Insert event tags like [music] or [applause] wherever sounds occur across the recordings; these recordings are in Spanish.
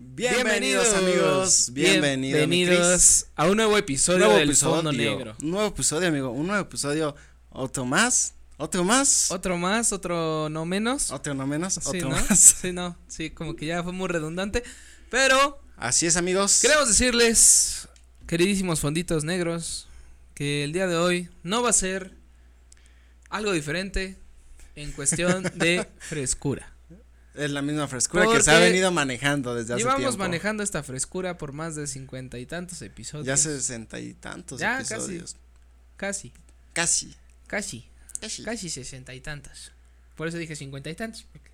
Bienvenidos, amigos. Bienvenido, mi Bienvenidos a un nuevo episodio Nuevo del episodio. Fondo Negro. Un nuevo episodio, amigo. Un nuevo episodio. Otro más. Otro más. Otro más, otro no menos. Otro no menos. sí, otro ¿no? más. [laughs] Sí, no. Sí, como que ya fue muy redundante. Pero Así es, amigos. queremos decirles, queridísimos fonditos negros, que el día de hoy no va a ser algo diferente [laughs] en cuestión de frescura. Es la misma frescura que Porque se ha venido manejando desde hace Llevamos tiempo. manejando esta frescura por más de cincuenta y tantos episodios. Ya sesenta y tantos Ya, casi. episodios. Casi, Casi. casi. Casi. Casi sesenta y tantas. Por eso dije cincuenta y tantos. porque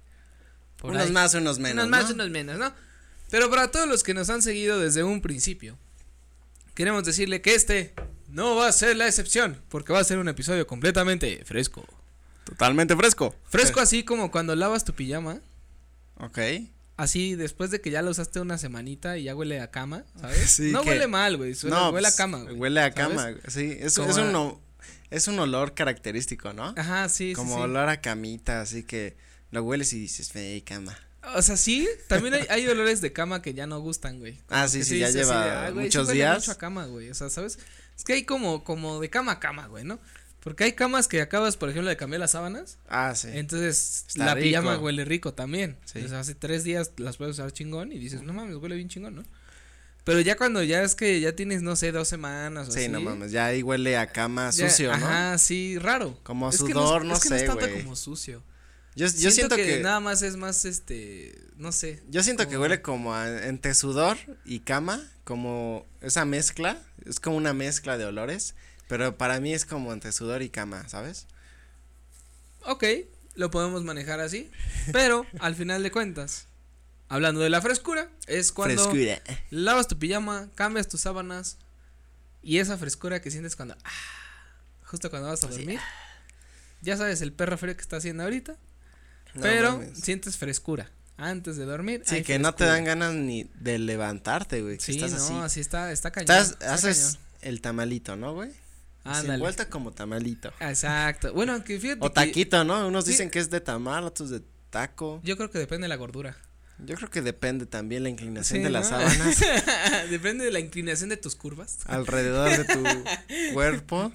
por unos ahí. más, unos menos. unos más, ¿no? unos menos, ¿no? Pero para todos los que nos han seguido desde un principio, queremos decirle que este no va a ser la excepción, porque va a ser un episodio completamente fresco. Totalmente fresco. Fresco así como cuando lavas tu pijama, Ok. así después de que ya la usaste una semanita y ya huele a cama, ¿sabes? [laughs] Sí, no que- huele mal, güey, suele- huele a pues, cama, güey. Huele a ¿sabes? cama. güey. Sí, es, Como es un, a- o- es un olor característico, ¿no? Ajá, sí, sí, Como sí. olor a camita, así que lo hueles y dices, hey, cama. O sea, sí, también hay, hay olores de cama que ya no gustan, güey. Ah, sí, Que sí, ya dices así de, lleva "Ah, güey, sí muchos huele días. mucho a cama, güey. O sea, ¿sabes? Es que hay como, como de cama a cama, güey, ¿no? Porque hay camas que acabas, por ejemplo, de cambiar las sábanas. Ah, sí. Entonces, Está la rico. pijama huele rico también. Sí. Entonces, hace tres días las puedes usar chingón y dices, no mames, huele bien chingón, ¿no? Pero ya cuando ya es que ya tienes, no sé, dos semanas o sí, así. no mames, ya ahí huele a cama ya- sucio, ¿no? Ajá, sí, raro. Como a Es que sudor, no es que no sé, es tanto güey. como sucio. Yo, yo siento, que, nada más es más, este, no sé, yo siento que como- huele como a- entre sudor y cama, como esa mezcla, es como una mezcla de olores, pero para mí es como entre sudor y cama, ¿sabes? Ok, lo podemos manejar así. Pero al final de cuentas, hablando de la frescura, es cuando [laughs] Frescura. lavas tu pijama, cambias tus sábanas y esa frescura que sientes cuando. ah, justo cuando vas a Así, ah. dormir. Ya sabes el perro frío que está haciendo ahorita. No pero mames. sientes frescura antes de dormir. Sí, hay que no te frescura. dan ganas ni de levantarte, güey. que Sí, estás no, así. así, está, está cañón. Estás, está haces cañón. el tamalito, ¿no, güey? Así Ándale. Envuelta como tamalito. Exacto. Bueno, aunque fíjate. O que taquito, ¿no? Unos sí. dicen que es de tamal, otros de taco. Yo creo que depende de la gordura. Yo creo que depende también la inclinación Sí, de las ¿no? [laughs] sábanas depende de la inclinación de tus curvas. alrededor de [laughs] tu cuerpo,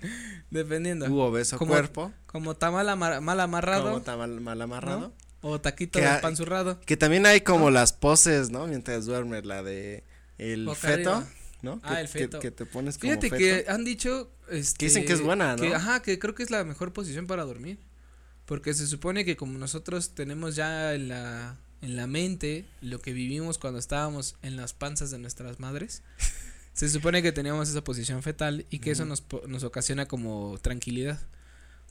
Dependiendo. tu obeso Como- cuerpo, Como está mal, amar- mal amarrado como tamal mal amarrado. o taquito Que de hay- panzurrado. Que también hay Ah. como las poses, ¿no? Mientras duermes, la de el Boca feto, arriba. ¿no? Ah, que, el que- feto. Que, te pones como Fíjate feto. que han dicho. este, dicen que es buena, que- ¿no? ajá, que creo que es la mejor posición para dormir. Porque se supone que como nosotros tenemos ya en la, en la mente lo que vivimos cuando estábamos en las panzas de [laughs] nuestras madres. Se supone que teníamos esa posición fetal y que eso Ujú. nos, po- nos ocasiona como tranquilidad.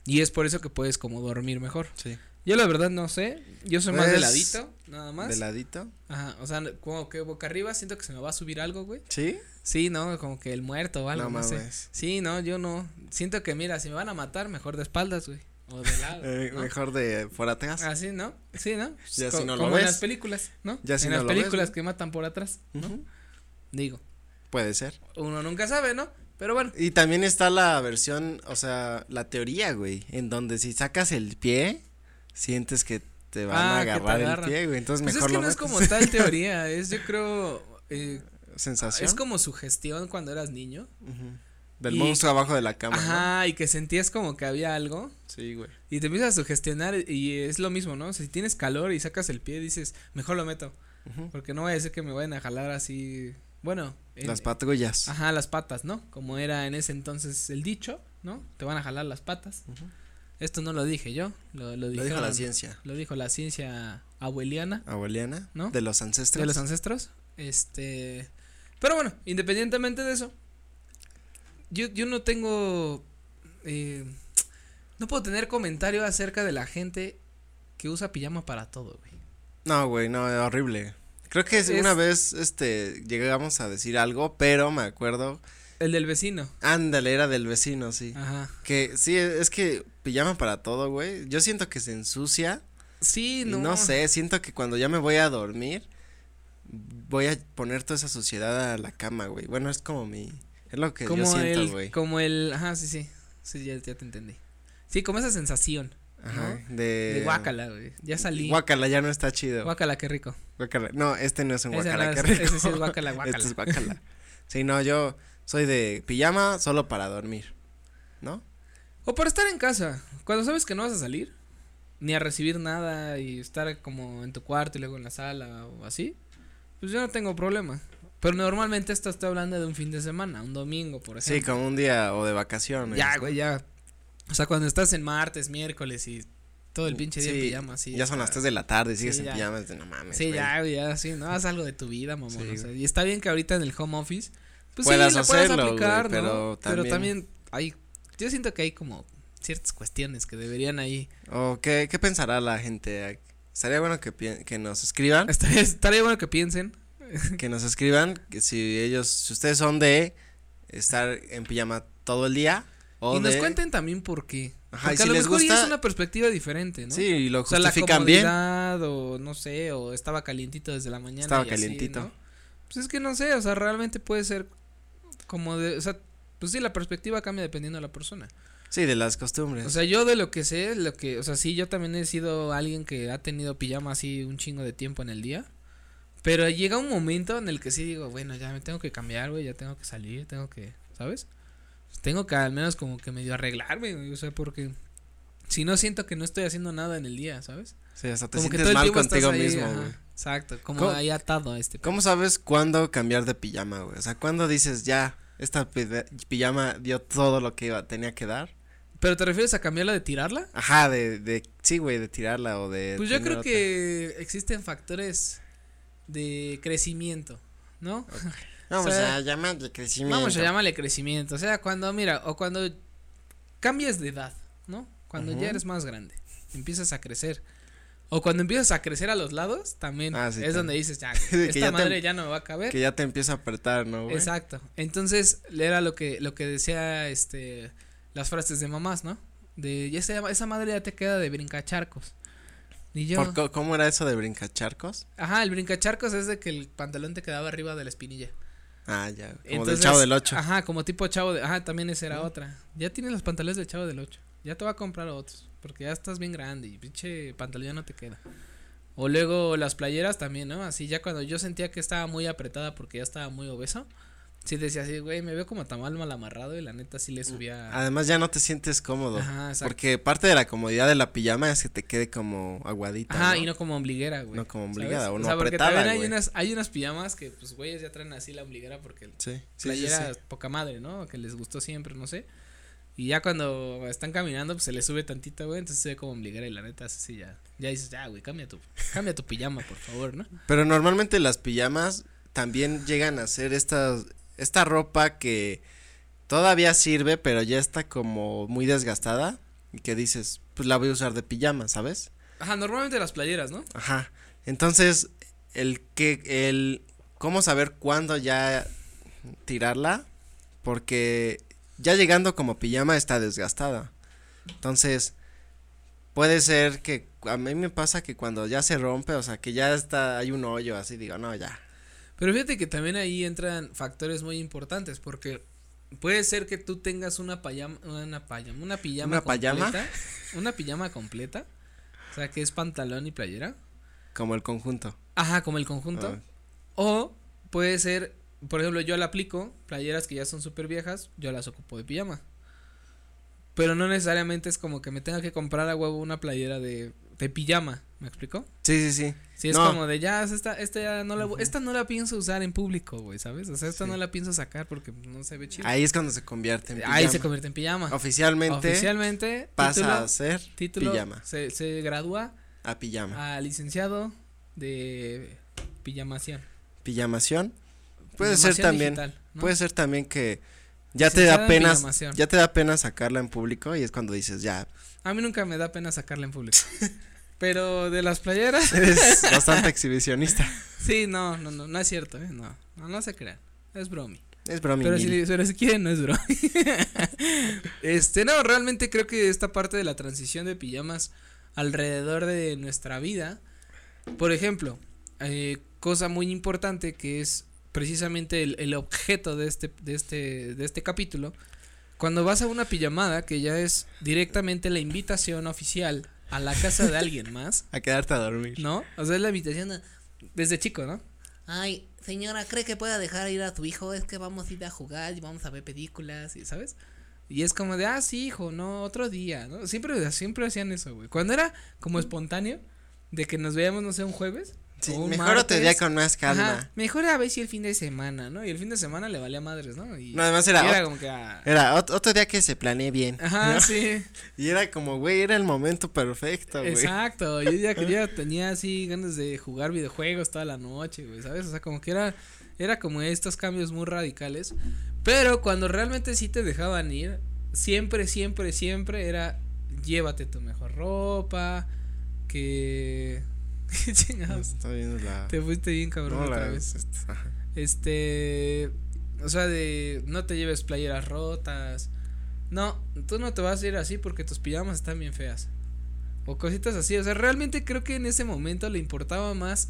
Y es por eso que puedes como dormir mejor. Sí. Yo la verdad no sé, yo soy más de Pues, ladito, nada más. De ladito. Ajá, o sea, no- como que boca arriba siento que se me va a subir algo, güey. ¿Sí? Sí, no, como que el muerto o algo, No no, sé. mames. Sí, no, yo no. Siento que mira, si me van a matar, mejor de espaldas, güey. O de [laughs] lado. Eh, ¿no? Mejor de fuera atrás. Así, ¿no? Sí, ¿no? Ya Co- si no lo como en ves. las películas, ¿no? Ya si en no las lo ves, películas ¿no? que matan por atrás, Ujú. digo. Puede ser. Uno nunca sabe, ¿no? Pero bueno. Y también está la versión, o sea, la teoría, güey, en donde si sacas el pie, sientes que te van a Ah, que te agarrar el agarran. pie, güey. Entonces Pues es mejor que lo no es metes. [laughs] como tal teoría, es yo creo eh, sensación es como sugestión cuando eras niño. Ujú. del y- monstruo abajo de la cama. ¿no? Ajá, y que sentías como que había algo. Sí, güey. Y te empiezas a sugestionar y es lo mismo, ¿no? Si tienes calor y sacas el pie, dices, mejor lo meto. Ujú. Porque no voy a decir que me vayan a jalar así. Bueno. en- Las patrullas. Eh, Ajá, las patas, ¿no? Como era en ese entonces el dicho, ¿no? Te van a jalar las patas. Ujú. Esto no lo dije yo, lo, lo, Lo dijo dijeron- la ciencia. Lo dijo la ciencia abueliana Abueliana. ¿No? De los ancestros. de los ancestros. Este. Pero bueno, independientemente de eso, yo, yo no tengo. eh, no puedo tener comentario acerca de la gente que usa pijama para todo, güey. No, güey, no, horrible. Creo que es- Es- una vez, este, llegamos a decir algo, pero me acuerdo. El del vecino. Ándale, era del vecino, sí. Ajá. Que sí, es que pijama para todo, güey. Yo siento que se ensucia. Sí, Y no. no. sé, siento que cuando ya me voy a dormir, voy a poner toda esa suciedad a la cama, güey. Bueno, es como mi. Es lo que yo Como siento, el. güey. Como el. Ajá, sí, sí. Sí, ya, ya te entendí. Sí, como esa sensación. Ajá, de. De guácala, güey. Ya salí. Eh, Guácala, ya no está chido. Guácala, qué rico. Guácala. No, este no es un Ese guácala, no qué es- rico. ese sí es guácala, [laughs] guácala. Este es guácala. Sí, no, yo soy de pijama solo para dormir, ¿no? O para estar en casa. Cuando sabes que no vas a salir, ni a recibir nada y estar como en tu cuarto y luego en la sala o así, pues yo no tengo problema. Pero normalmente esto está hablando de un fin de semana, un domingo, por Sí, ejemplo. como un día o de vacaciones. ya, güey, ya. O sea, cuando estás en martes, miércoles y todo el pinche día Sí, en pijama, sí. ya son las está- 3 de la tarde y Sí, sigues en ya. pijamas de no mames. Sí, güey. ya, güey, ya, sí, no, haz algo de tu vida, mamón. Sí, o sea, y está bien que ahorita en el home office, pues Puedas sí, la hacerlo, puedes güey, aplicar, pero ¿no? Pero también- también hay, yo siento que hay como ciertas cuestiones que deberían ahí. ¿O qué, qué pensará la gente? Estaría bueno que, pien- que nos escriban, Estaría, estaría bueno que piensen. que nos escriban que si ellos, si ustedes son de estar en pijama todo el día o y nos de- cuenten también por qué. Ajá, y Porque a si lo les mejor ya gusta- es una perspectiva diferente, ¿no? Sí, y lo o sea, la justifican bien. comodidad o no sé, o estaba calientito desde la mañana. Estaba y así, calientito. ¿no? Pues es que no sé, o sea, realmente puede ser como de, o sea, pues sí, la perspectiva cambia dependiendo de la persona. Sí, de las costumbres. O sea, yo de lo que sé, lo que, o sea, sí, yo también he sido alguien que ha tenido pijama así un chingo de tiempo en el día. Pero llega un momento en el que sí digo, bueno, ya me tengo que cambiar, güey, ya tengo que salir, tengo que, ¿sabes? Tengo que al menos como que medio arreglarme, güey, o sea, porque si no siento que no estoy haciendo nada en el día, ¿sabes? sí, hasta te como que sientes mal estás contigo ahí, mismo, ajá, güey. Exacto, como ¿Cómo- ahí atado a este. ¿Cómo sabes cuándo cambiar de pijama, güey? O sea, ¿cuándo dices ya, esta pi- pijama dio todo lo que iba, tenía que dar? ¿Pero te refieres a cambiarla de tirarla? Ajá, de, de sí, güey, de tirarla o de. Pues yo tener creo Eh, otra. que existen factores de crecimiento, ¿no? Vamos o sea, a llamarle crecimiento. Vamos a llamarle crecimiento. O sea, cuando, mira, o cuando cambias de edad, ¿no? Cuando Ujú. ya eres más grande, empiezas a crecer. O cuando empiezas a crecer a los lados, también Ah, [laughs] sí, es también. donde dices, ya, que esta ya te- madre ya no me va a caber. Que ya te empieza a apretar, ¿no, ¿eh? güey? Exacto. Entonces, era lo que, lo que decía este las frases de mamás, ¿no? De ya esa, esa madre ya te queda de brincacharcos. Y yo. ¿Por co- ¿Cómo era eso de brincacharcos? Ajá, el brincacharcos es de que el pantalón te quedaba arriba de la espinilla. Ah, ya, como del Entonces, chavo del 8. Ajá, como tipo chavo de. Ajá, también esa era otra. Ya tienes los pantalones del chavo del 8. Ya te va a comprar otros. Porque ya estás bien grande y pinche pantalón ya no te queda. O luego las playeras también, ¿no? Así ya cuando yo sentía que estaba muy apretada porque ya estaba muy obeso. Sí decía así, güey, me veo como tan mal mal amarrado y la neta sí le subía. Además, ya Ah, no te sientes cómodo. Ajá, exacto. Porque parte de la comodidad de la pijama es que te quede como aguadita. Ajá, ¿no? y no como ombliguera, güey. No como ombliguera, ¿sabes? o O no sea, porque apretada, también hay güey. unas, hay unas pijamas que, pues, güeyes ya traen así la ombliguera porque Sí, sí, sí, playera sí. poca madre, ¿no? Que les gustó siempre, no sé. Y ya cuando están caminando, pues se les sube tantito, güey. Entonces se ve como ombliguera y la neta, así ya. Ya dices, ya, güey, cambia tu, cambia tu pijama, por favor, ¿no? Pero normalmente las pijamas también llegan a ser estas, esta ropa que todavía sirve, pero ya está como muy desgastada. Y que dices, pues la voy a usar de pijama, ¿sabes? Ajá, normalmente las playeras, ¿no? Ajá. Entonces, el que, el, cómo saber cuándo ya tirarla, porque ya llegando como pijama está desgastada. Entonces, puede ser que, a mí me pasa que cuando ya se rompe, o sea, que ya está, hay un hoyo, así digo, no, ya. Pero fíjate que también ahí entran factores muy importantes porque puede ser que tú tengas una pijama, una pijama, una pijama ¿Una payama? completa, una pijama completa, o sea que es pantalón y playera, Como el conjunto. ajá, como el conjunto, Ah. o puede ser, por ejemplo, yo la aplico, playeras que ya son súper viejas, yo las ocupo de pijama, pero no necesariamente es como que me tenga que comprar a huevo una playera de, de pijama, ¿me explico? Sí, sí, sí. Sí, es No. como de ya, esta, esta ya no la, vo- esta no la pienso usar en público, güey, ¿sabes? O sea, esta Sí. no la pienso sacar porque no se ve chido. Ahí, Ahí es cuando se convierte en pijama. se convierte en pijama. Oficialmente Oficialmente pasa título- a ser título, pijama. Se, se gradúa a pijama. a licenciado de pijamación. Pijamación. Puede ser Pijamación también. digital, ¿no? Puede ser también que ya te Licenciado da en pena, programación. ya te da pena sacarla en público y es cuando dices, ya, [laughs] A mí nunca me da pena sacarla en público. Pero de las playeras, [laughs] eres bastante exhibicionista. sí, no, no, no, no es cierto, ¿eh? No, no, no se crean. Es bromi. Es broma. Pero si, pero si quieren, no es broma. [laughs] este, no, realmente creo que esta parte de la transición de pijamas alrededor de nuestra vida, por ejemplo, eh, cosa muy importante que es precisamente el, el objeto de este, de este, de este capítulo, Cuando vas a una pijamada, que ya es directamente la invitación oficial a la casa de alguien más, A quedarte a dormir. ¿no? O sea, es la invitación a- desde chico, ¿no? Ay, señora, ¿cree que pueda dejar ir a tu hijo? Es que vamos a ir a jugar y vamos a ver películas. Sí, ¿sabes? Y es como de, ah, sí, hijo, no, otro día, ¿no? Siempre, siempre hacían eso, güey. Cuando era como espontáneo, de que nos veíamos, no sé, un jueves. Sí, o un mejor otro día martes. con más calma. Ajá, mejor a ver si el fin de semana, ¿no? Y el fin de semana le valía madres, ¿no? Y, No, además era y ot- como que. ah, Era ot- otro día que se planeé bien. Ajá, ¿no? sí. [laughs] Y era como, güey, era el momento perfecto, güey. Exacto. Yo [laughs] ya, yo ya tenía así ganas de jugar videojuegos toda la noche, güey, ¿sabes? O sea, como que era. Era como estos cambios muy radicales. Pero cuando realmente sí te dejaban ir, siempre, siempre, siempre era. Llévate tu mejor ropa. Que. [laughs] ¿Qué chingados? Estoy viendo la. Te fuiste bien cabrón no, otra la- vez. est- ajá. Este. O sea, de. No te lleves playeras rotas. No, tú no te vas a ir así porque tus pijamas están bien feas. O cositas así. O sea, realmente creo que en ese momento le importaba más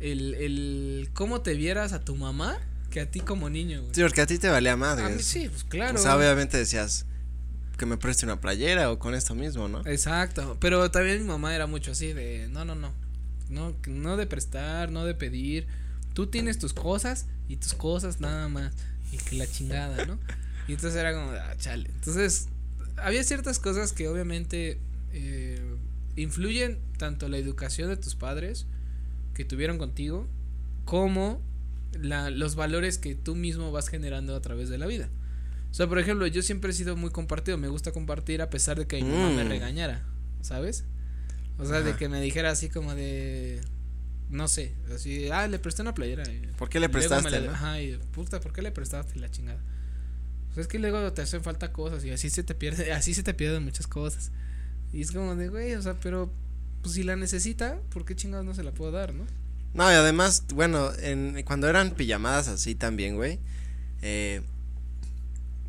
el, el cómo te vieras a tu mamá que a ti como niño, güey. Sí, porque a ti te valía A mí madres. sí, pues claro. O sea, obviamente decías que me preste una playera o con esto mismo, ¿no? Eh, Exacto. Pero también mi mamá era mucho así de. No, no, no. No, no de prestar, no de pedir. Tú tienes tus cosas y tus cosas nada más. Y que la chingada, ¿no? Y entonces era como, ah, chale. Entonces, había ciertas cosas que obviamente eh, influyen tanto la educación de tus padres que tuvieron contigo, como la- los valores que tú mismo vas generando a través de la vida. O sea, por ejemplo, yo siempre he sido muy compartido, me gusta compartir a pesar de que mi mamá me Mm. regañara, ¿sabes? O sea, de Ajá. que me dijera así como de, no sé, así, ah, le presté una playera. eh, ¿Por qué le Luego me prestaste, la- no? Ajá, y puta, ¿por qué le prestaste la chingada? O sea, es que luego te hacen falta cosas y así se te pierde, [laughs] así se te pierden muchas cosas. Y es como de, güey, o sea, pero pues si la necesita, ¿por qué chingados no se la puedo dar, no? No, y además, bueno, en, cuando eran pijamadas así también, güey. eh,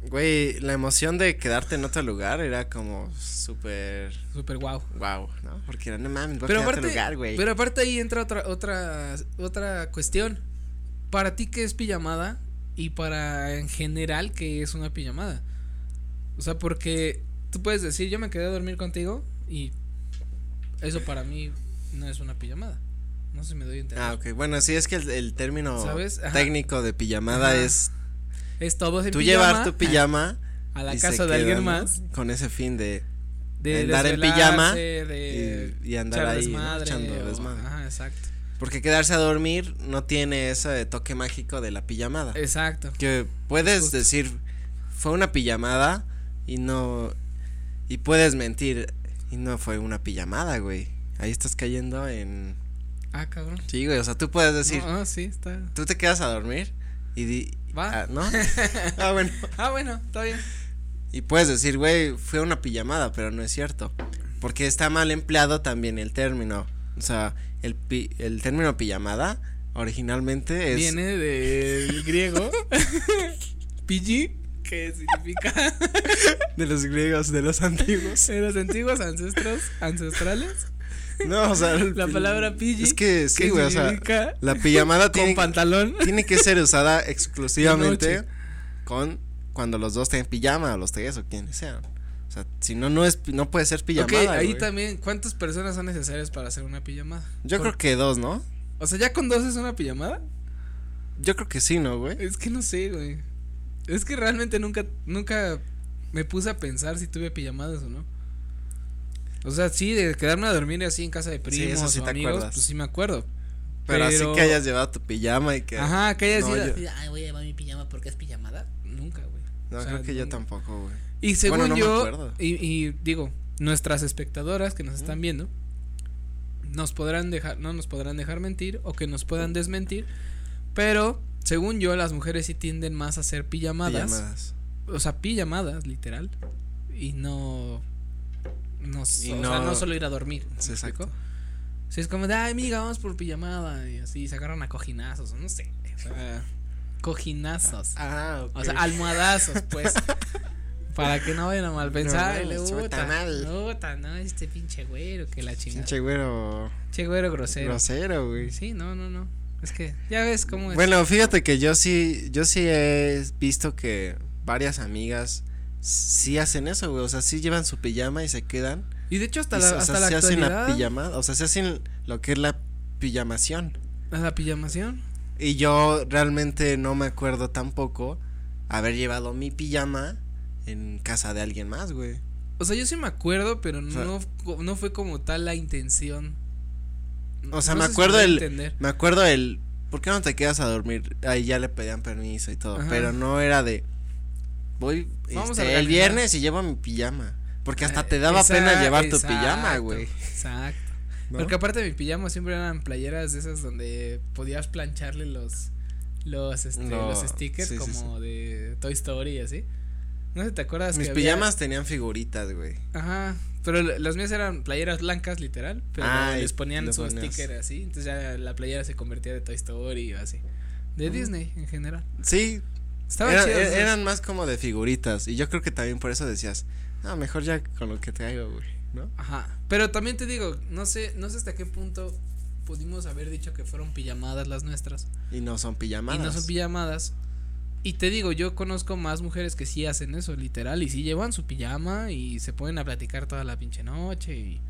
güey, la emoción de quedarte en otro lugar era como súper Súper guau. wow, ¿no? Porque era, no mames, voy a quedar Pero en aparte, otro lugar, güey. pero aparte ahí entra otra, otra, otra cuestión. Para ti, ¿qué es pijamada? Y para en general, ¿qué es una pijamada? O sea, porque tú puedes decir, yo me quedé a dormir contigo y eso para mí no es una pijamada. No sé si me doy a entender. Ah, ok. Bueno, sí, es que el, el término ¿Sabes? Ajá. técnico de pijamada Ajá. es Es todos en tú pijama llevar tu pijama a la y casa se de alguien quedan más. Con ese fin de. De andar en desvelarse, pijama de y- y andar echar ahí, ¿no? desmadre Echando o- desmadre. Ajá, exacto. Porque quedarse a dormir no tiene ese toque mágico de la pijamada. Exacto. que puedes Justo. decir fue una pijamada y no y puedes mentir y no fue una pijamada, güey. Ahí estás cayendo en Ah, cabrón. Sí, güey, o sea, tú puedes decir, No, ah, sí, está. tú te quedas a dormir y di- Va. ah, ¿no? [laughs] ah, bueno. [laughs] Ah, bueno, está bien. Y puedes decir, güey, fue una pijamada, pero no es cierto, porque está mal empleado también el término. O sea, el pi- el término pijamada originalmente es Viene del [laughs] griego PG, que [laughs] significa de los griegos, de [laughs] los antiguos. de los antiguos ancestros ancestrales. No, o sea, el La pi- palabra PG. Es que sí, que güey, o sea, significa La pijamada [laughs] con tiene, pantalón. tiene que ser usada [laughs] exclusivamente noche. con cuando los dos estén en pijama o los tres o quienes sean. O sea, si no, no es pi- no puede ser pijamada. ok, ahí güey. también, ¿cuántas personas son necesarias para hacer una pijamada? Yo Por- creo que dos, ¿no? O sea, ¿ya con dos es una pijamada? Yo creo que sí, ¿no, güey? Es que no sé, güey. Es que realmente nunca, nunca me puse a pensar si tuve pijamadas o no. O sea, sí, de quedarme a dormir así en casa de Sí, eso primos sí o te amigos, acuerdas. pues sí me acuerdo. Pero, pero- así que hayas llevado tu pijama y que. Ajá, que haya No, sido yo- así, Ay, voy a llevar mi pijama porque es pijamada. Nunca, güey. No, o sea, creo que yo no. tampoco, güey. Y según Bueno, no me yo, acuerdo. y, y digo, nuestras espectadoras que nos están viendo, nos podrán dejar, no nos podrán dejar mentir o que nos puedan desmentir, pero según yo, las mujeres sí tienden más a hacer pijamadas, Pijamadas. o sea, pijamadas, literal, y no, no, so- Y o sea, no- no solo ir a dormir, ¿me Sí, explico? exacto. Sí, es como de, ay, amiga, vamos por pijamada, y así, se agarran a cojinazos, o no sé, o sea, cojinazos. Ah, ok. O sea, almohadazos, [laughs] pues. para que no vayan a mal pensar. No, y le estuvo puta, tan mal. puta, no, este pinche güero, que la chingada. Pinche, Pinche güero. güero grosero. Grosero, güey. Sí, no, no, no. Es que, ya ves cómo es. Bueno, fíjate que yo sí, yo sí he visto que varias amigas sí hacen eso, güey. O sea, sí llevan su pijama y se quedan. Y de hecho hasta Y la, se- o hasta sea, la se hacen la actualidad, pijamada. O sea, se hacen lo que es la pijamación. a la pijamación. Y yo realmente no me acuerdo tampoco haber llevado mi pijama en casa de alguien más, güey. O sea, yo sí me acuerdo, pero sea- no, no fue como tal la intención. O sea, No me sé si acuerdo voy a el- entender. Me acuerdo el. ¿Por qué no te quedas a dormir? Ahí ya le pedían permiso y todo. Ajá. Pero no era de. Voy Vamos a este, organizar. el viernes y llevo mi pijama. Porque hasta te daba Esa- pena llevar tu exacto, pijama, güey. Exacto. ¿no? Porque aparte de mi pijama siempre eran playeras de esas donde podías plancharle los los, este, No, los stickers sí, sí, como de Toy Story y así. No sé, ¿te acuerdas? Mis que había- pijamas tenían figuritas, güey. Ajá. Pero l- las mías eran playeras blancas, literal. Pero Ah, y les ponían le su ponías. sticker así. Entonces ya la playera se convertía de Toy Story o así. De Mm. Disney en general. Sí, Estaban era- chidas er- esas. eran más como de figuritas. Y yo creo que también por eso decías, ah, mejor ya con lo que traigo, güey. ¿No? Ajá. Pero también te digo, no sé, no sé hasta qué punto pudimos haber dicho que fueron pijamadas las nuestras. Y no son pijamadas. Y no son pijamadas. Y te digo, yo conozco más mujeres que sí hacen eso, literal, y sí llevan su pijama y se ponen a platicar toda la pinche noche y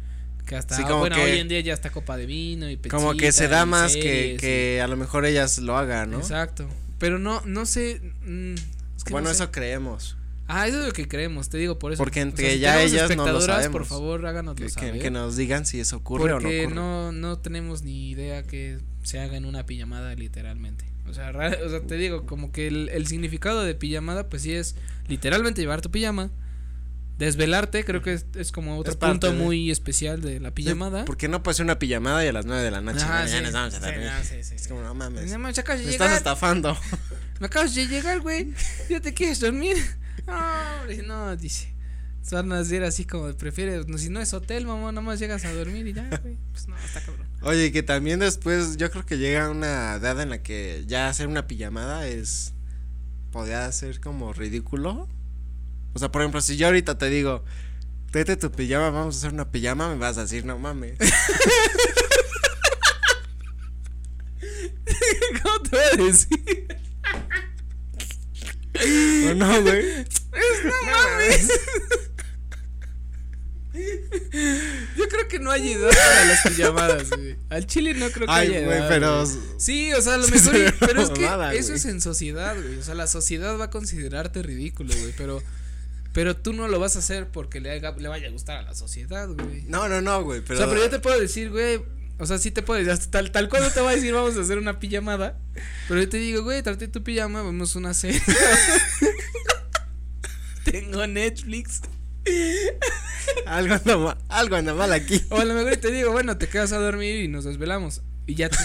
que hasta Sí, como bueno, que- hoy en día ya está copa de vino y Como que se pechita da y más que, series que a lo mejor ellas lo y- hagan, ¿no? Exacto. Pero no no sé mm, es que Bueno, no sé. eso creemos. Ah, eso es lo que creemos, te digo por eso. Porque entre si ya tenemos ellas no lo espectadoras, por sabemos. favor, háganoslo Que, que- saber. que nos digan si eso ocurre o no Porque ocurre. no, no tenemos ni idea que se haga en una pijamada literalmente. O sea, ra- o sea, te digo, como que el, el significado de pijamada pues sí es literalmente llevar tu pijama, desvelarte, creo que es, es como otro Es parte punto de- muy especial de la pijamada. Porque no puede ser una pijamada y a las 9 de la noche. Ajá, bueno, ya sí, nos vamos a sí, dormir. no, sí, sí, Es sí. como, no mames. No manches, acabas de me estás llegar, estafando. me acabas de llegar, güey. ¿Ya te quieres dormir? [laughs] No, hombre, no, dice. Son a ser así como prefieres, no, si no es hotel, mamá, nomás llegas a dormir y ya, güey. Pues no, está [laughs] cabrón. Oye, que también después yo creo que llega una edad en la que ya hacer una pijamada es. Podría ser como ridículo. O sea, por ejemplo, si yo ahorita te digo, tete tu pijama, vamos a hacer una pijama, me vas a decir, no [laughs] mames. ¿Cómo te voy a decir? o no, [laughs] güey. No mames. Yo creo que no hay edad para las pijamadas, güey. Al chile no creo que Ay, haya güey, edad, pero. güey. Sí, [laughs] o sea, a lo mejor. es una pero es que mamada, eso güey. es en sociedad, güey. O sea, la sociedad va a considerarte ridículo, güey. Pero, pero tú no lo vas a hacer porque le, haga- le vaya a gustar a la sociedad, güey. No, no, no, güey, pero. O sea, pero yo te puedo decir, güey. O sea, sí te puedo decir, hasta tal, tal cual no te va a decir, vamos a hacer una pijamada. Pero yo te digo, güey, traté tu pijama, vamos a una serie. [laughs] Tengo Netflix. [laughs] Algo anda mal, algo anda mal aquí. O a lo mejor te digo, bueno, te quedas a dormir y nos desvelamos. Y ya tú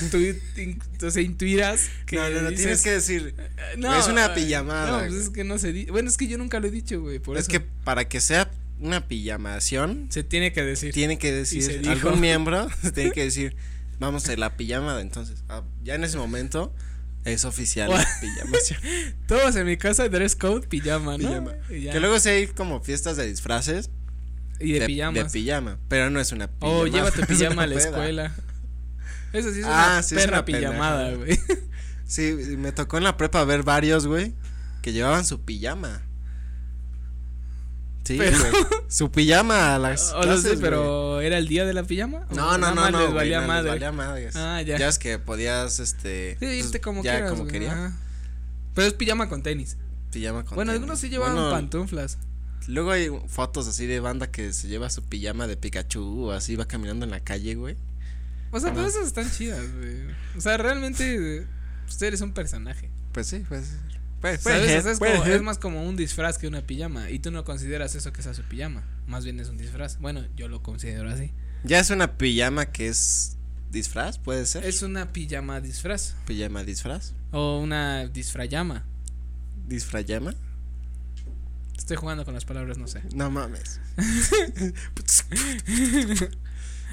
o sea, intuirás que. no, no, no, tienes dices, que decir. "Eh, es una eh, pijamada, No, pues güey". es que no se di- Bueno, es que yo nunca lo he dicho, güey. Por es eso que para que sea una pijamación, se tiene que decir. tiene que se decir dijo. algún [laughs] miembro, [laughs] tiene que decir, vamos a la pijamada. Entonces, ah, ya en ese momento es oficial la pijamación. Todos en mi casa, dress code, pijama, ¿no? Pijama. Y, [laughs] ya. Que luego sí hay como fiestas de disfraces y de, pijamas. de pijama, pero no es una pijama. Oh, lleva tu pijama a la [laughs] es una peda. escuela. Eso sí es Ah, una sí, es perra una pijamada, pendejada. [laughs] güey. Sí, me tocó en la prepa ver varios, güey, que llevaban su pijama. Sí, Pero- [laughs] güey, Su pijama a las O no sé, Pues, clases, güey. pero ¿era el día de la pijama? ¿O No, no, nada no, más no, Les güey, valía no, les madre. valía madres. Ah, ya. es que podías, este. Sí, irte pues, como ya quieras, como güey, quería. ajá. Pero es pijama con tenis. Pijama con bueno, tenis. algunos sí llevaban Bueno, pantuflas. Luego hay fotos así de banda que se lleva su pijama de Pikachu o así va caminando en la calle, güey. O sea, no. todas esas están chidas, güey. O sea, realmente eh, pues, eres un personaje. Pues sí, pues. Pues, ¿Sabes? O sea, es, como- es más como un disfraz que una pijama. Y tú no consideras eso que sea su pijama. Más bien es un disfraz. Bueno, yo lo considero así. Ya es una pijama que es disfraz, puede ser. Es una pijama disfraz. Pijama disfraz. O una disfrayama. Disfrayama. Estoy jugando con las palabras, no sé. No mames.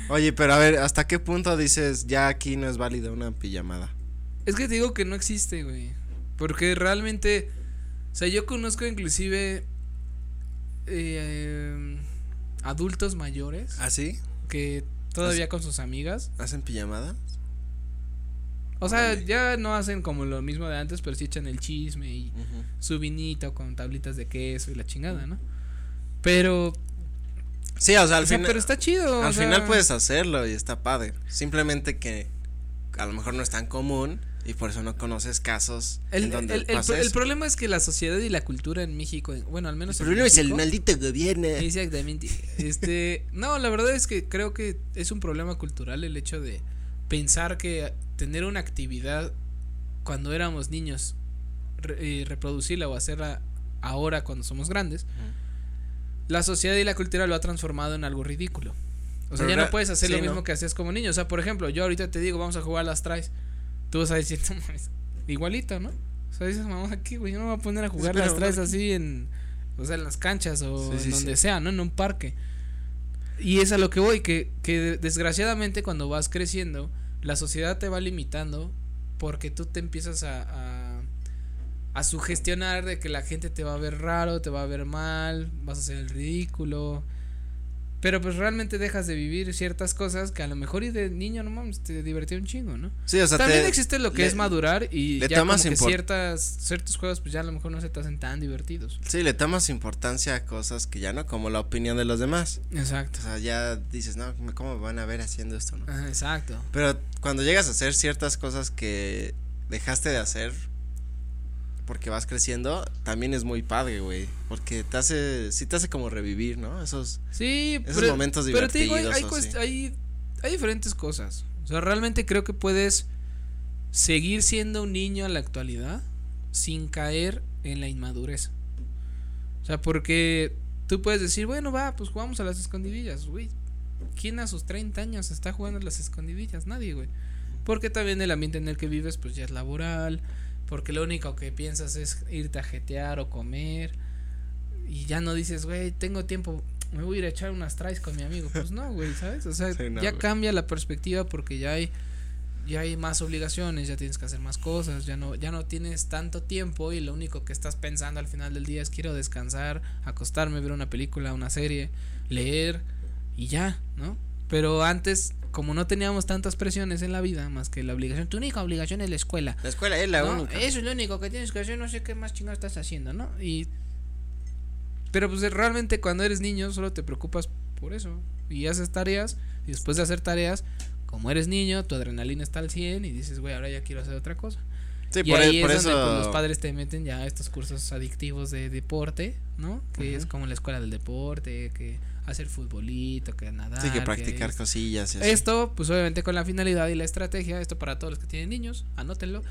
Oye, pero a ver, ¿hasta qué punto dices ya aquí no es válida una pijamada? Es que te digo que no existe, güey. Porque realmente. O sea, yo conozco inclusive. eh, adultos mayores. ¿Ah, sí? Que todavía con sus amigas. ¿Hacen pijamada? O sea, Órale. ya no hacen como lo mismo de antes, pero sí echan el chisme y Ujú. su vinito con tablitas de queso y la chingada, ¿no? Pero, Sí, o sea, al, o sea, fina- pero está chido. o al sea, final pues, puedes hacerlo y está padre. Simplemente que a lo mejor no es tan común y por eso no conoces casos en El, donde el- el pasa pro- el eso. problema es que la sociedad y la cultura en México, en- bueno, al menos en problema es el México- maldito gobierno. Exactamente. Este, no, la verdad es que creo que es un problema cultural el hecho de pensar que tener una actividad cuando éramos niños, re- eh, reproducirla o hacerla ahora cuando somos grandes, la sociedad y la cultura lo ha transformado en algo ridículo. O sea, Pero ya era- no puedes hacer sí, lo mismo ¿no? que hacías como niño. O sea, por ejemplo, yo ahorita te digo, vamos a jugar a las tries. Tú vas a decir, "No mames, igualito, ¿no? O sea, dices, mamá, aquí, güey, yo no me voy a poner a jugar Espera, las tries ¿no? así en, o sea, en las canchas o Sí, sí, en donde sí. sea, ¿no? En un parque. Y es a lo que voy, que, que desgraciadamente cuando vas creciendo, la sociedad te va limitando porque tú te empiezas a, a, a sugestionar de que la gente te va a ver raro, te va a ver mal, vas a hacer el ridículo. Pero pues realmente dejas de vivir ciertas cosas que a lo mejor y de niño no mames, te divertía un chingo, ¿no? Sí, o sea, También te- existe lo que le- es madurar y le ya tomas como que import- ciertas, ciertos juegos pues ya a lo mejor no se te hacen tan divertidos. Sí, le tomas importancia a cosas que ya no, como la opinión de los demás. Exacto. O sea, ya dices, no, ¿cómo me van a ver haciendo esto? no?" exacto. Pero cuando llegas a hacer ciertas cosas que dejaste de hacer porque vas creciendo, también es muy padre, güey. Porque te hace, sí te hace como revivir, ¿no? Esos... Sí, Esos momentos pero te digo, hay, hay, divertidos, o cuest- sí. hay- hay diferentes cosas. O sea, realmente creo que puedes seguir siendo un niño en la actualidad sin caer en la inmadurez. O sea, porque tú puedes decir, bueno, va, pues jugamos a las escondidillas, güey. ¿Quién a sus 30 años está jugando a las escondidillas? Nadie, güey. Porque también el ambiente en el que vives, pues ya es laboral. Porque lo único que piensas es irte a jetear o comer. Y ya no dices, güey, tengo tiempo, me voy a ir a echar unas tries con mi amigo. Pues no, güey, ¿sabes? O sea, [laughs] Sí, no, ya güey. cambia la perspectiva porque ya hay ya hay más obligaciones, ya tienes que hacer más cosas, ya no ya no tienes tanto tiempo y lo único que estás pensando al final del día es quiero descansar, acostarme, ver una película, una serie, leer y ya, ¿no? Pero antes, como no teníamos tantas presiones en la vida, más que la obligación, tu única obligación es la escuela. La escuela es la ¿no? única. Eso es lo único que tienes que hacer, no sé qué más chingado estás haciendo, ¿no? Y pero pues realmente cuando eres niño solo te preocupas por eso y haces tareas y después de hacer tareas, como eres niño, tu adrenalina está al 100 y dices, "Güey, ahora ya quiero hacer otra cosa." Sí, y por, ahí e- es por donde pues, los eso... padres te meten ya a estos cursos adictivos de deporte, ¿no? Que es Ujú. como la escuela del deporte, que hacer futbolito, que nadar. Sí, que practicar esto. cosillas y así. Esto, pues obviamente con la finalidad y la estrategia, esto para todos los que tienen niños, anótenlo.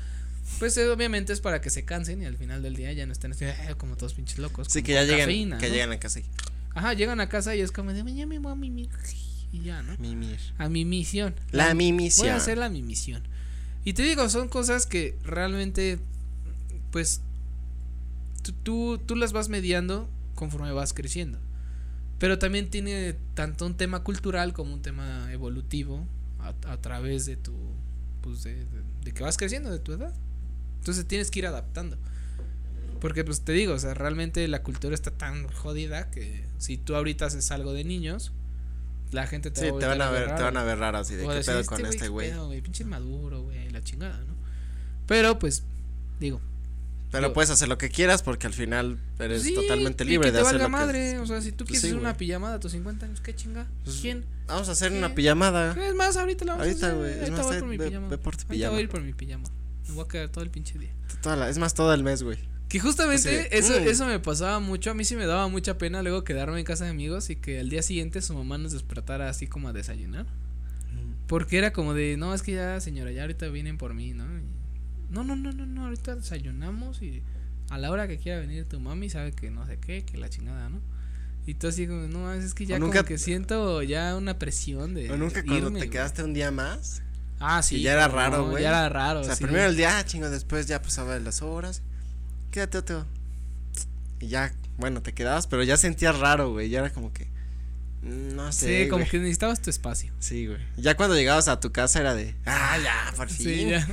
Pues eh, obviamente es para que se cansen y al final del día ya no estén así, "Ah, como todos pinches locos. Sí, con que ya llegan, cafeína", que ¿no? llegan a casa y... "Ah, Ajá, llegan a casa y es como de, ya me voy a mimir. Y ya, ¿no? Mimir. A mi misión. La mimisión. Voy a hacerla mi misión. Y te digo, son cosas que realmente, pues, tú, tú, tú las vas mediando conforme vas creciendo. Pero también tiene tanto un tema cultural como un tema evolutivo a, a través de tu, pues, de, de- de que vas creciendo, de tu edad. Entonces tienes que ir adaptando. Porque pues te digo, o sea, realmente la cultura está tan jodida que si tú ahorita haces algo de niños, la gente te Sí, va te van a ver, te raro. van a ver raro así de O qué decir, pedo con este qué güey. pedo, Pinche maduro, güey, la chingada, ¿no? Pero pues, digo. Pero Yo- puedes hacer lo que quieras porque al final eres sí, totalmente y libre que de te hacer valga lo que- madre. O sea, si tú Pues quieres sí, hacer una güey. pichamada a tus 50 años, ¿qué chinga? Pues, ¿Quién? Vamos a hacer Sí. una pijamada. Es más, ahorita la vamos Ahorita, a hacer. güey, es Ahorita más, voy ahí por mi ve- pijama. ve por tu Ahorita voy a ir pijama. por mi pijama. Me voy a quedar todo el pinche día. Toda la- es más, todo el mes, güey. Que justamente Así de, eso, Pues "Mm". eso me pasaba mucho. A mí sí me daba mucha pena luego quedarme en casa de amigos y que al día siguiente su mamá nos despertara así como a desayunar. Porque era como de, no, es que ya, señora, ya ahorita vienen por mí, ¿no? Y, no, no, no, no, no, ahorita desayunamos y a la hora que quiera venir tu mami sabe que no sé qué, que la chingada, ¿no? Y tú así como, no, es que ya O como nunca- que siento ya una presión de O nunca cuando irme, te güey. quedaste un día más. Ah, sí. que ya era cómo raro, no, güey. Ya era raro, o sea, sí. primero el día, ah, chingo, después ya pasaba las horas. Quédate otro. Y ya, bueno, te quedabas, pero ya sentías raro, güey. Ya era como que. mm, No Sí, sé. como güey. que necesitabas tu espacio. Sí, güey. Ya cuando llegabas a tu casa era de. Ah, ya, por fin. [laughs] Sí, ya.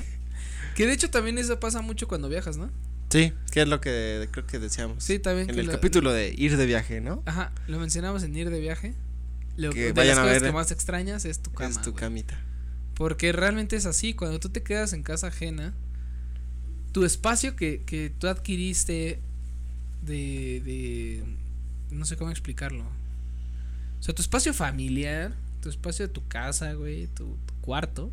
Que de hecho también eso pasa mucho cuando viajas, ¿no? Sí, que es lo que creo que decíamos. Sí, también. En que el lo- capítulo de ir de viaje, ¿no? Ajá, lo mencionamos en ir de viaje. Lo, Que de las vayan a cosas ver- que más extrañas es tu cama. es tu güey. camita. Porque realmente es así, cuando tú te quedas en casa ajena, tu espacio que, que tú adquiriste de, de... No sé cómo explicarlo. O sea, tu espacio familiar, tu espacio de tu casa, güey, tu, tu cuarto,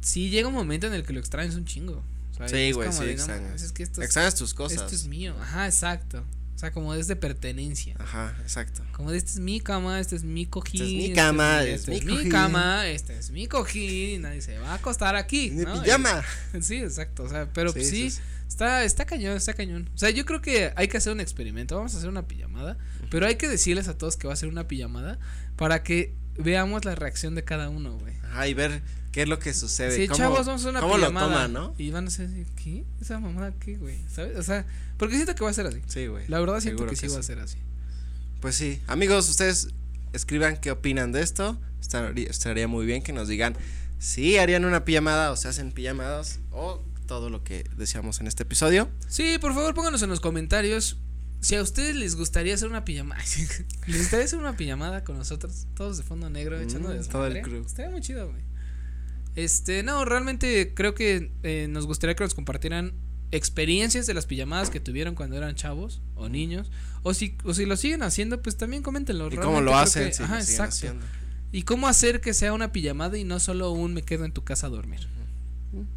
sí llega un momento en el que lo extrañas un chingo. O sea, Sí, es güey, como sí de, no extrañas. mames, es que esto es- Extrañas tus cosas. esto es mío. Ajá, exacto. O sea, como es de pertenencia. Ajá, exacto. Como de, esta es mi cama, esta es mi cojín. Esta es mi este cama, mi- es este mi es mi cojín. cama, este es mi cojín. Nadie se va a acostar aquí. Mi ¿no? pijama. [laughs] Sí, exacto. O sea, pero pues, sí, sí. Está, está cañón, está cañón. O sea, yo creo que hay que hacer un experimento. Vamos a hacer una pijamada. Pero hay que decirles a todos que va a ser una pijamada para que veamos la reacción de cada uno, güey. Ajá, y ver qué es lo que sucede. Sí, cómo, chavos, vamos a una cómo lo pijamada. toman, ¿no? Y van a ser, así, ¿qué? ¿Esa mamada qué, güey? ¿Sabes? O sea, porque siento que va a ser así. Sí, güey. La verdad siento seguro que, sí va a sí. ser así. Pues sí. Amigos, ustedes escriban qué opinan de esto. Estaría, estaría muy bien que nos digan si harían una pijamada o se hacen pijamadas o todo lo que deseamos en este episodio. Sí, por favor, pónganos en los comentarios si a ustedes les gustaría hacer una pijamada. [laughs] ¿Les gustaría hacer una pijamada con nosotros? Todos de fondo negro, Mm, echando de todo el crew. Estaría muy chido, güey. Este, no, realmente creo que eh, nos gustaría que nos compartieran experiencias de las pijamadas que tuvieron cuando eran chavos o niños. O si, o si lo siguen haciendo, pues también coméntenlo. y cómo Realmente lo creo hacen. que- si lo ajá, siguen exacto. haciendo. Y cómo hacer que sea una pijamada y no solo un me quedo en tu casa a dormir.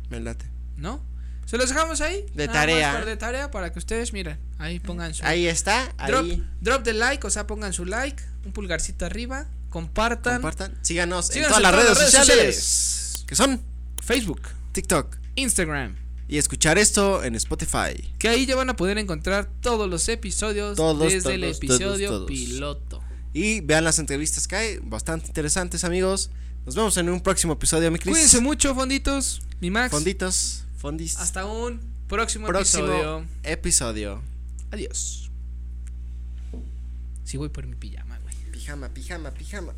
Me late. ¿no? Se los dejamos ahí. De nada más tarea. para- de tarea para que ustedes miren. Ahí pongan su. Ahí está. drop, Ahí. drop de like, o sea, pongan su like, un pulgarcito arriba, compartan. Compartan. Síganos, en Síganos todas las redes, sociales, sociales. Que son Facebook, TikTok. Instagram. Y escuchar esto en Spotify. Que ahí ya van a poder encontrar todos los episodios Todos, desde el todos, episodio todos, todos. piloto. Y vean las entrevistas que hay. Bastante interesantes, amigos. Nos vemos en un próximo episodio, mi Cris. Cuídense mucho, fonditos. Mi Max. Fonditos. Fondis. Hasta un próximo, próximo episodio. episodio. Adiós. Sí, voy por mi pijama, güey. Pijama, pijama, pijama.